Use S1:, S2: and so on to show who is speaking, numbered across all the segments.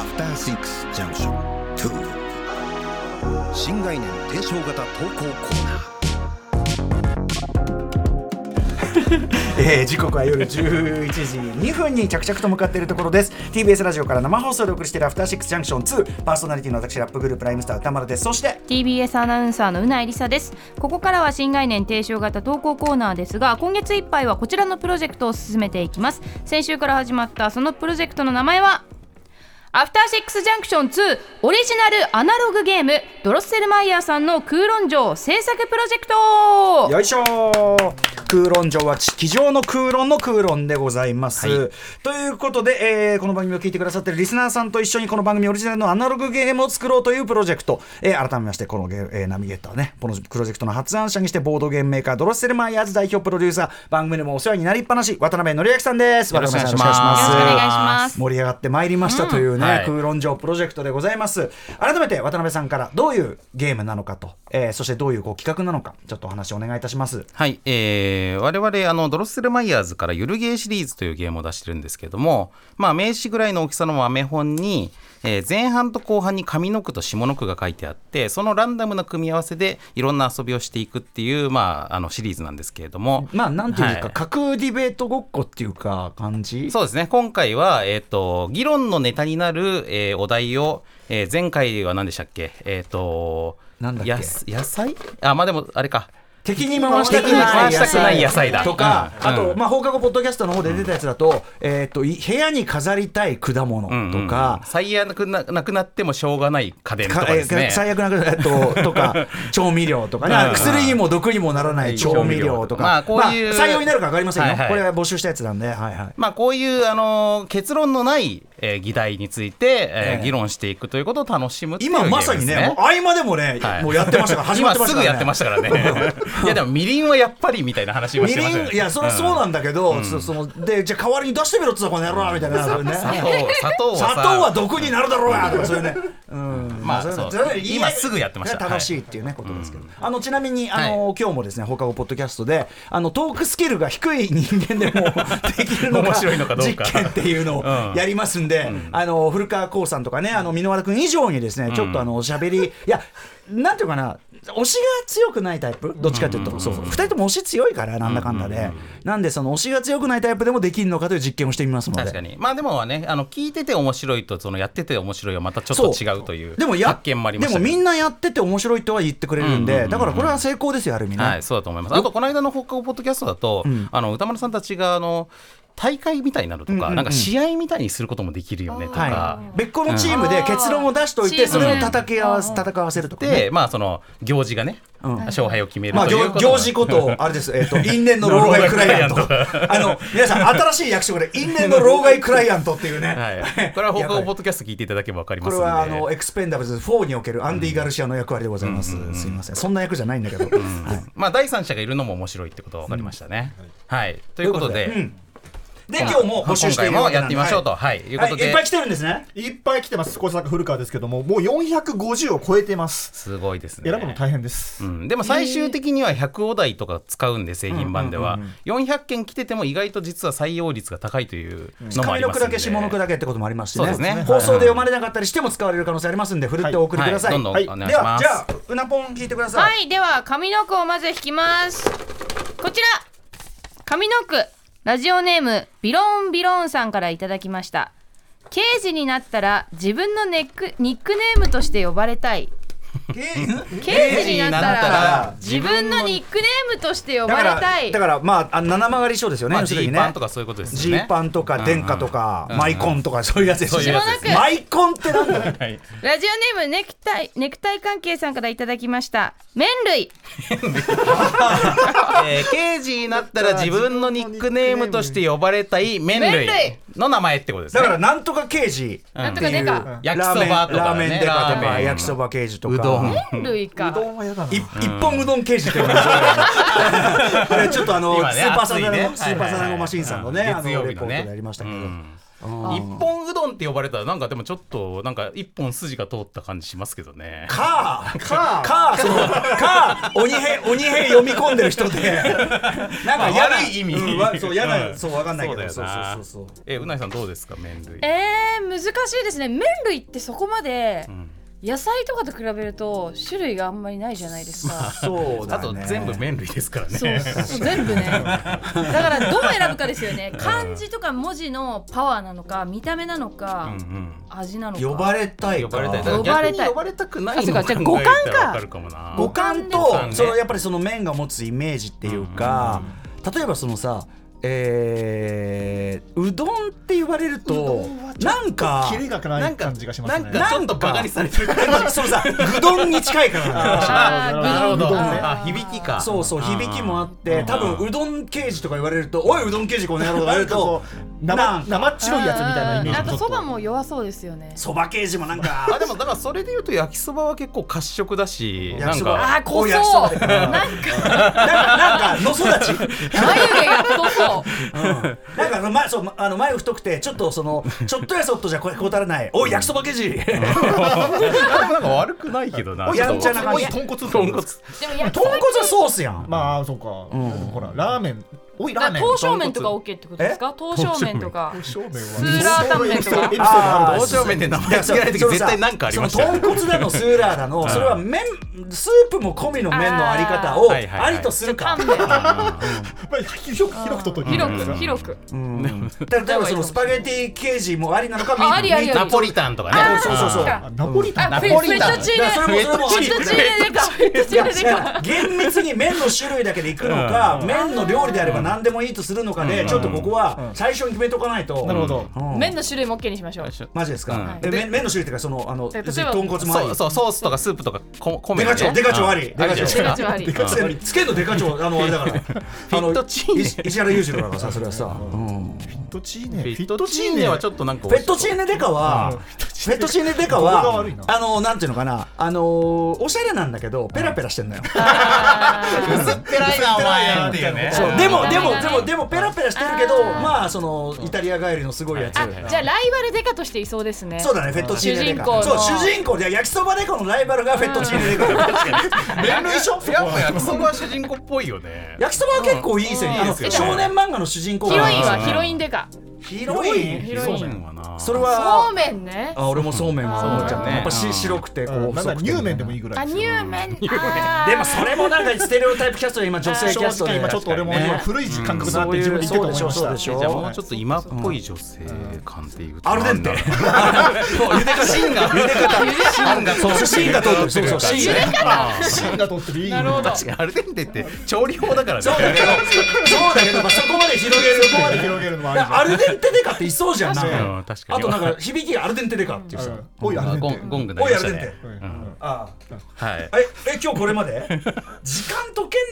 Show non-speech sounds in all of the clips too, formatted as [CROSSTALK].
S1: 6 junction 2新概念提唱型投稿コーナー
S2: えー時刻は夜11時2分に着々と向かっているところです TBS ラジオから生放送でお送りしているアフターシックスジャンクション2パーソナリティの私ラップグループライムスター歌丸ですそして
S3: TBS アナウンサーのうなえりさですここからは新概念提唱型投稿コーナーですが今月いっぱいはこちらのプロジェクトを進めていきます先週から始まったそのプロジェクトの名前はアフターシックスジャンクション2オリジナルアナログゲームドロッセルマイヤーさんの空論城制作プロジェクト
S2: よいしょー空論上は地上の空論の空論でございます、ということで、えーこの番組を聞いてくださってるリスナーさんと一緒にこの番組オリジナルのアナログゲームを作ろうというプロジェクト、えー改めましてこのゲー、えーナミゲーターねこのプロジェクトの発案者にしてボードゲームメーカードロッセルマイヤーズ代表プロデューサー番組でもお世話になりっぱなし渡辺則明さんです
S4: よろしくお願いします
S2: 渡辺さんよろしくお願いし
S3: よろしくお願いします
S2: 盛り上がってまいりましたというね、
S4: はい
S2: 空論上プロジェクトでございます改めて渡辺さんからどういうゲームなのかと、えーそしてどういうこう企画なのかちょっとお話をお願いいたします
S4: はい、えー、我々あのドロッセルマイヤーズからゆるゲーシリーズというゲームを出してるんですけども、まあ、名刺ぐらいの大きさの豆本に、えー前半と後半に上の句と下の句が書いてあってそのランダムな組み合わせでいろんな遊びをしていくっていう、まあ、あのシリーズなんですけれども、
S2: まあなんていうか、
S4: はい
S2: 架空ディベートごっこっていうか感じ
S4: そうですね今回は、えー、と議論のネタになる、えーお題を、えー前回は何でしたっけえっ、と
S2: なんだっけ
S4: やす野菜あまあでもあれか
S2: 敵に回したく
S4: 敵に
S2: ない
S4: 回したくない野菜だ
S2: とか、
S4: うん
S2: あと、
S4: うん
S2: まあ、放課後ポッドキャストの方で出たやつだと,、えー、とい部屋に飾りたい果物と
S4: うんうん
S2: か、
S4: 最悪ななくなってもしょうがない家電と
S2: か
S4: かです
S2: え
S4: ね
S2: ー最悪な、えっと、と
S4: [LAUGHS]
S2: か、調味料とかね、
S4: うんうん
S2: 薬にも毒にもならない調味料とか、
S4: まあこういう
S2: 採用になるか分かりませんよ、
S4: はいはい
S2: これは募集したやつなんで、はいはい。
S4: まあ、こういう、あのー結論のない、えー議題について、えー
S2: ええ
S4: 議論していくということを楽しむっていう
S2: 今まさにね、
S4: ゲームです
S2: もう合間でもね、
S4: はい
S2: もうやってましたか
S4: [LAUGHS]
S2: ら、始まってました
S4: 今すぐ
S2: から、ね。
S4: やってましたからね
S2: [LAUGHS]
S4: いやでもみりんはやっぱりみたいな話はしてましたよ
S2: みりんいやそれはそうなんだけど、そそのでじゃあ代わりに出してみろっつったらこの野郎みたいな、そういうね [LAUGHS]
S4: 砂糖砂糖は
S2: 砂
S4: さ
S2: 糖は毒になるだろうやとかそういうね、うん
S4: まあ
S2: いの
S4: そう
S2: いのいい
S4: 今すぐやってました
S2: 楽しいっていうね、ことですけど、あのちなみにあの、
S4: は
S2: 今日もですね放課後ポッドキャストであのトークスキルが低い人間
S4: [LAUGHS]
S2: でもできるのか
S4: 面白いのかどうか
S2: 実験っていうの
S4: うん
S2: をやりますんで、あの古川光さんとかねあの箕輪田君以上にですね、ちょっとあのおしゃべりいやなんていうかな推しが強くないタイプどっちかというと、そうそう2人とも推し強いからなんだかんだで、なんでその推しが強くないタイプでもできるのかという実験をしてみますので
S4: 確かにまあでもはねあの聞いてて面白いとそのやってて面白いはまたちょっと違うという
S2: でもや
S4: 発見もありまし
S2: で
S4: たけ
S2: も
S4: ど
S2: みんなやってて面白いとは言ってくれるんで、
S4: うんうんうんうん
S2: だからこれは成功ですよある意味ね、
S4: はい、そうだと思います。あと、この間の放課後ポッドキャストだと、
S2: ん
S4: あの歌丸さんたちがあの大会みたいになるとか、
S2: うんうんうん
S4: なんか試合みたいにすることもできるよねとか。
S2: はい、別個のチームで結論を出しておいて
S3: うん
S2: それを叩き合わせ戦わせるとか、ね
S4: で、まあ、その行事がね、
S2: うん
S4: 勝敗を決める
S2: まあ、
S4: という
S2: 行
S4: こと
S2: 行事こと、あれです、えっ、と、因縁の老害クライアント。あの、皆さん、新しい役職で、因縁の老害クライアントっていうね。 [LAUGHS]
S4: はい、これは放課後ポッドキャスト聞いていただければわかりま
S2: こ
S4: す
S2: れ
S4: んで。
S2: はあのエクスペンダブルズ4におけるアンディ・ガルシアの役割でございます、すいませんそんな役じゃないんだけど、はい
S4: まあ、第三者がいるのも面白いってことは分かりましたね。はい、ということで、
S2: うんで今日も募集しているわ
S4: 今回も
S2: け
S4: や
S2: な
S4: っ
S2: ん
S4: て
S2: で
S4: みましょうと、はい、い、うこ
S2: はい
S4: と
S2: は
S4: で、
S2: い、いっぱい来てるんですね
S5: いっぱい来てます。こちら古川ですけども、もう450を超えてます。
S4: すごいですね。
S5: 選ぶの大変です。
S4: うん、でも最終的には100お題とか使うんで製品版では400件来てても意外と実は採用率が高いというのもあ
S2: 上
S4: り
S2: の
S4: ま
S2: 句
S4: すん
S2: だ
S4: で
S2: け下の句だけってこともありますし
S4: そう
S2: ね
S4: ですね
S2: 放送で読まれなかったりしても使われる可能性ありますんでふるってお送りください、
S4: はいどんどんお願いします
S2: ではじゃあうなぽん聞いてください、
S3: はいでは上の句をまず引きますこちら上の句ラジオネームビロンビロンさんからいただきました刑事になったら自分のネックニックネームとして呼ばれたい刑事になったら自分のニックネームとして呼
S2: だか
S3: ばれ
S2: ら
S3: たい
S2: だからまああ七曲がり賞ですよね
S4: まあ
S2: 要するに
S4: G
S2: ね
S4: パンとかそういうことです
S2: ジ
S4: よね。
S2: ーパンとか殿下とか、マイコンとかそういうやつです
S4: そういうやつ
S3: ですね
S2: マイコンってなんだよ
S4: はい、
S3: ラジオネームネクタイネクタイ関係さんからいただきました麺類
S4: [LAUGHS] えー、刑事になったら自分のニックネームとして呼ばれたい麺
S3: 麺
S4: 類
S3: 類
S4: の名前ってことです
S2: だ
S4: ね。
S2: からなんとか刑事
S3: なんと
S2: って
S3: か
S2: い
S3: ね
S2: う
S3: か
S4: 焼きそばとかね
S2: ラーメンラーメンデカと
S4: ラー
S2: か
S4: メン
S2: 焼きそば刑事とか
S4: うどん
S3: 麺類
S5: うど
S3: か
S5: んは嫌だな。
S2: い一本うどん刑事って言われてるあれちょっとあの、
S4: 今ね
S2: スーパーサザ
S4: 熱い
S2: エ
S4: ね
S2: の、スーパーサザエのマシンさんのね、
S4: はいはい
S2: あ
S4: 月曜
S2: の
S4: 日のね
S2: レポートでやりましたけど、
S4: 一本うどんって呼ばれたらなんかでもちょっとなんか一本筋が通った感じしますけどね
S2: かかかそのか鬼兵鬼兵読み込んでる人でなんか嫌な
S4: 悪い意味
S2: うんわそう嫌
S4: う
S2: なんそうわかんないけど
S4: そ
S2: そうう
S4: だよな
S2: そうそうそう
S4: えうないさんどうですか麺類
S6: えー、難しいですね麺類ってそこまで
S4: ん
S6: 野菜とかと比べると種類があんまりないじゃないですか
S2: そうだ
S4: あ
S2: ね
S4: と全部麺類ですからね
S6: そう全部ねだからどう選ぶかですよね漢字とか文字のパワーなのか見た目なの
S4: う
S6: か
S4: ん、うん
S6: 味なのか
S2: 呼ばれたい
S4: 呼
S2: か
S4: ばれ
S2: ら
S4: たい
S3: 呼ばれたい
S4: 逆に呼ばれたくないの
S3: あそうかじゃあ五感か
S4: 考えたらわかるかもな
S2: 五感
S4: 五
S2: と
S4: 感ね
S2: そのやっぱりその麺が持つイメージっていうか、例えばそのさえー、うどんって言われるとなんか
S5: キリがない感じがします
S4: な
S5: ね。
S4: んかちょっとバカにされてる感じ
S2: そのさうどんに近いからなんだよ
S4: [LAUGHS]
S6: あー
S4: なるほ
S6: う
S4: ど
S6: どんね
S4: あ響きか
S2: そうそう響きもあって
S4: ん
S2: 多分うどん刑事とか言われると「おいうどん刑事この野郎」言われるとな
S5: 生
S2: んか
S5: 生っ白いやつみたいなイメージ
S6: あとそばも弱そうですよね
S2: そば刑事もなん
S4: あ
S2: か
S4: でもだからそれで言うと焼きそばは結構褐色だし
S2: 焼
S4: な
S2: き
S4: ん
S2: そば
S4: か
S6: あー濃
S2: おやそ
S6: そうう
S2: だよ
S6: なんか
S2: なんかの育ち
S6: 眉毛が太そう
S2: なんかあの前そうあの前太くてちょっとそ
S4: [LAUGHS]
S2: のちょっとやそっとじゃこれこうたらない「おい焼きそば刑事」
S4: でもなんか悪くないけどな
S2: やんちゃな感じ
S5: おい豚骨
S4: 豚骨
S6: でも焼き
S2: [LAUGHS] 豚
S6: そば
S2: 骨はソースやん
S5: まあそうか、ほらラーメンおいラ
S6: だ
S5: ー
S6: か
S5: メ
S6: ら
S5: ン
S6: 刀削麺とか OK ってことですか刀削麺とか
S5: 正面は
S6: スーラータンメンとか
S5: エピソードある
S4: 刀削麺って名前つけられて絶対なんかありましたよ
S2: その豚骨だのスーラーだ
S4: [LAUGHS]
S2: のそれは麺スープも込みの麺のあり方を
S4: あーはいはいはい
S2: ありとするか
S6: 乾麺
S5: まあ広く広くとと
S6: 広く広く
S2: うんだから例えばそのスパゲティ刑事もありなのか
S6: あありありあり
S4: ナポリタンとか
S6: あ
S4: ね
S6: ー
S2: そうそうそう
S6: か
S5: あナポリタン
S6: あ
S5: ナ
S6: フ
S5: ポ
S6: ェフェッ
S5: リタン
S6: トチーネ
S2: だからそれ
S6: フェッ
S2: もそれも
S6: トチーネでかフェットチーネでか
S2: 厳密に麺の種類だけでいくのか麺の料理であれば何でもいいとするのかでちょっとここは最初に決めとかないと
S5: なるほど、
S2: うん
S6: 麺の種類も OK にしましょう
S2: マジですか
S4: うん
S2: え麺麺の種類っていうかそのあの
S6: え
S2: 豚
S6: 例えば
S2: 骨もあ
S4: そう
S2: り
S4: そうソースとかスープとかこ米
S2: デカ
S4: ね
S2: 長デカ長あり
S4: うんありじゃないです
S6: そ
S4: か
S6: れが一番あり
S2: つけつけんのデカ長あのあれだからフ
S4: ィットチーネ
S2: 石原裕次郎だからさそれはさうん
S5: フィットチーネ
S4: フィットチーネはちょっとなんか
S2: フェットチーネデカは、
S5: うん
S2: フェットチーネデカ
S5: どこが
S2: は
S5: 悪いの、
S2: あの、なんていうのかな、あのー、おしゃれなんだけど、ペラペラしてんのよ。
S4: 薄っぺらいなお前っていうね
S2: そうでも、でも、
S6: あー
S2: でも、でも、ペラペラしてるけど、まあ、その、イタリア帰りのすごいやつ。
S6: あじゃあライバルデカとしていそうですね
S2: そうだね、フェットチーネデ
S6: 主人
S2: カ。
S6: 公の
S2: そう、主人公で、焼きそばデカのライバルがフェットチーネデカ。
S4: 麺類ショップやっぱ焼きそばは主人公っぽいよね
S2: 焼きそばは結構いい線、
S4: うん
S2: あ
S4: いい
S2: の、
S4: ですよ
S2: 少
S4: ね
S2: 年漫画の主人公
S6: ヒロイン
S4: う
S6: は
S4: ん
S6: ヒロインデカ
S2: ヒロイン
S6: ヒ
S4: そ
S6: ロイン
S4: はな
S2: それ
S6: そう
S2: は、
S6: めんね
S2: あ、俺もそうめんは思っちゃ
S4: そう
S2: う
S4: だ
S2: ね。
S4: ね
S2: やっぱし白くて、こう
S5: なん
S2: 細
S5: か
S2: くて。
S5: 乳麺でもいいぐら
S6: あ
S5: い
S6: 乳麺
S2: でも、それもなんか、ステレオタイプキャストで、今、女性キ
S5: 正
S2: ャスト
S5: 直
S2: で
S5: 今。ちょっと俺も
S4: ね
S5: 今古い感覚だなっ
S2: そう
S5: て
S2: いう
S5: 自分で言ってたと思いまし
S2: そう
S5: た
S2: でしょ
S4: え
S2: うでしょ
S4: じゃあもうちょっと今っぽい女性感っていうと
S2: アルデンテ
S4: なんだろうそうゆで方芯がゆで方芯が
S2: そうそう芯が通ってるそうそう芯が
S5: 芯が通ってるいい
S6: なるほど
S4: 確かにアルデンテって調理法だからね
S2: そうだけど、そうだけど、まあ、そこまで広げる、そこまで
S5: 広げるのもありじゃん
S2: アルデンテデカっていそうじゃん、なん
S4: う
S2: か
S4: ん確かに
S2: あとなんか、響きがアルデンテデカっていうさ。
S5: おいあ
S4: あ
S5: れ
S4: ゴンゴング鳴りました
S2: おいアル
S4: ね
S2: デンテ
S5: うん
S2: あ
S4: はい
S2: あ、え、え、今日これまで。時間解け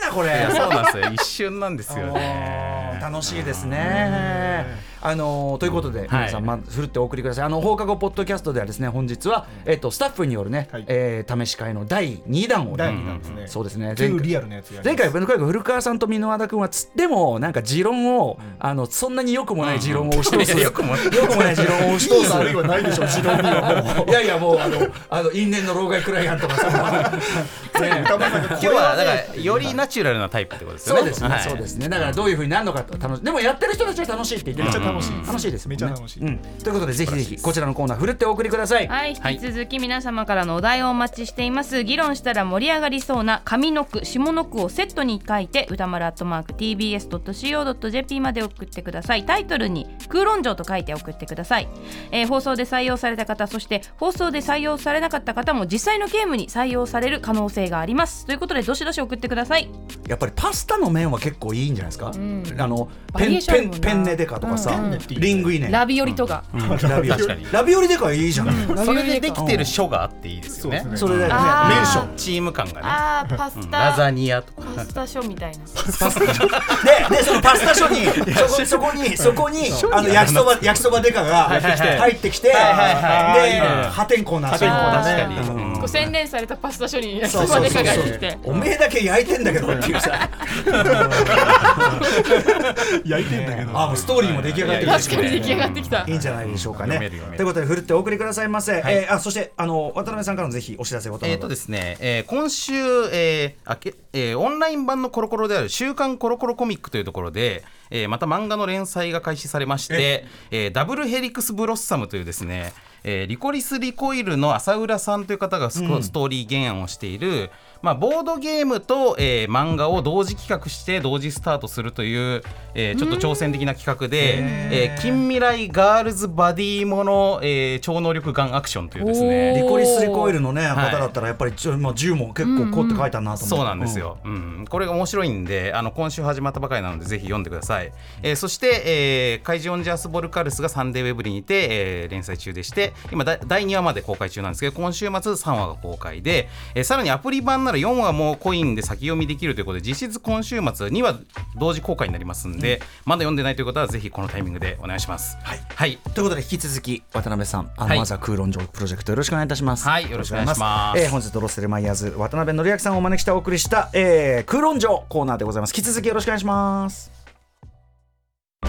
S2: んな、こ
S4: い
S2: れ
S4: や。そうなんですよ一瞬なんですよ
S2: あー
S4: ね
S2: 楽しいですね。あのーということで、皆さん、ま、ふるってお送りください。あの放課後ポッドキャストではですね、本日は、えっと、スタッフによるね、
S5: はい
S2: えー試し会の第2弾を、
S5: 第二弾ですね
S2: そうですね、
S5: っていうリアルなやつやります
S2: 前回前回古川さんと箕輪田君はつってもなんか持論を、あのそんなによくもない持論を押し通す、
S4: いやよくもない
S2: よくもない持論を押し
S5: い
S2: 通
S5: い
S2: す
S5: 悪いはないでしょ自動にはもう
S2: いやいやもうあのあの因縁の老害クライアントがさね
S4: 今日はだからよりナチュラルなタイプってことですよね
S2: そうですね、
S4: はい
S2: そうですねだからどういうふうになるのかと楽しでもやってる人たちは楽しいって言ってめ
S5: めっちゃ楽しい
S2: 楽しいですもん
S5: め
S2: ね
S5: っちゃ楽しい
S2: うん、ということでぜひぜひこちらのコーナーふるってお送りください、
S3: はい、引き続き皆様からのお題をお待ちしています、議論したら盛り上がりそうな上の句下の句をセットに書いて歌丸アットマーク TBS.CO.JP まで送ってくださいタイトルに空論城と書いて送ってください、えー放送で採用された方そして放送で採用されなかった方も実際のゲームに採用される可能性がありますということでどしどし送ってください
S2: やっぱりパスタの麺は結構いいんじゃないですか、あの
S6: バ
S2: ペ
S6: リエ
S2: ン
S6: ーションあ
S2: ペ
S6: る
S2: ン
S6: もんな
S2: ペンネデカとかさ、
S5: うんペンネっていいね
S2: リングイネ
S6: ラビオリとか
S2: ラビオリ
S4: 確かに
S2: ラビオリデカいいじゃない、ん、
S4: それでできてる書があっていいですよね
S2: それだよね
S6: あー
S4: 名所チーム感がね
S6: あーパス
S4: うん
S6: タ
S4: ラザニアとか
S6: パスタショーみたいな
S2: で、で、そのパスタ書に、そこ、そこに、そこに、あの焼きそば、焼きそばデカが
S4: いはいはい
S2: 入ってきて。で、
S4: はいはいはいいいね
S2: 破天荒な。
S4: 確
S6: 荒
S4: かに
S2: うん
S7: う洗練されたパスタ処理に
S2: そう
S7: ま
S3: [LAUGHS]
S2: そう
S7: で
S2: そ
S7: か
S2: う
S7: か
S2: そ
S7: って
S2: う
S7: きて。
S2: おめえだけ焼いてんだけどっていうさ
S5: 焼いてんだけど
S2: あもうストーリーも出来上がってる
S7: 確かに出来上がってきた
S2: い。いんじゃないでしょうかね。
S4: 読める読める
S2: ということで、ふるってお送りくださいませ。えーあそしてあの渡辺さんからのぜひお知らせごと
S4: えーとですね、えー今週、えーあけえーオンライン版のコロコロである「週刊コロコロコミック」というところで、えーまた漫画の連載が開始されまして「えーダブルヘリクスブロッサム」というですね、えーリコリス・リコイルの浅浦さんという方がス,、ストーリー原案をしている、まあ、ボードゲームと、えー漫画を同時企画して同時スタートするという、えーちょっと挑戦的な企画で、えー近未来ガールズバディもの、えー超能力ガンアクションというですね
S2: リコリス・リコイル
S7: の
S2: のね
S4: はい
S2: 方だったらやっぱりちょ、まあ、銃も結構こうって書いたなと思って、
S4: そうなんですよ、うんこれが面白いんであの今週始まったばかりなのでぜひ読んでください、えーそして、えー、怪獣オンジャース・ボルカルスがサンデーウェブリーにて、えー連載中でして今だ第2話まで公開中なんですけど今週末3話が公開で、えーさらにアプリ版なら4話もコインで先読みできるということで実質今週末2話同時公開になりますんで、まだ読んでないという方はぜひこのタイミングでお願いしますはい、はい、
S2: ということで引き続き渡辺さんあの、
S4: はい
S2: まずは空論上プロジェクトよろしくお願いいたします
S4: はいよろしくお願いします
S2: えー本日ロッセルマイヤーズ渡辺則明さんをお招きしてお送りした、えー、空論上コーナーでございます引き続きよろしくお願いします
S1: ア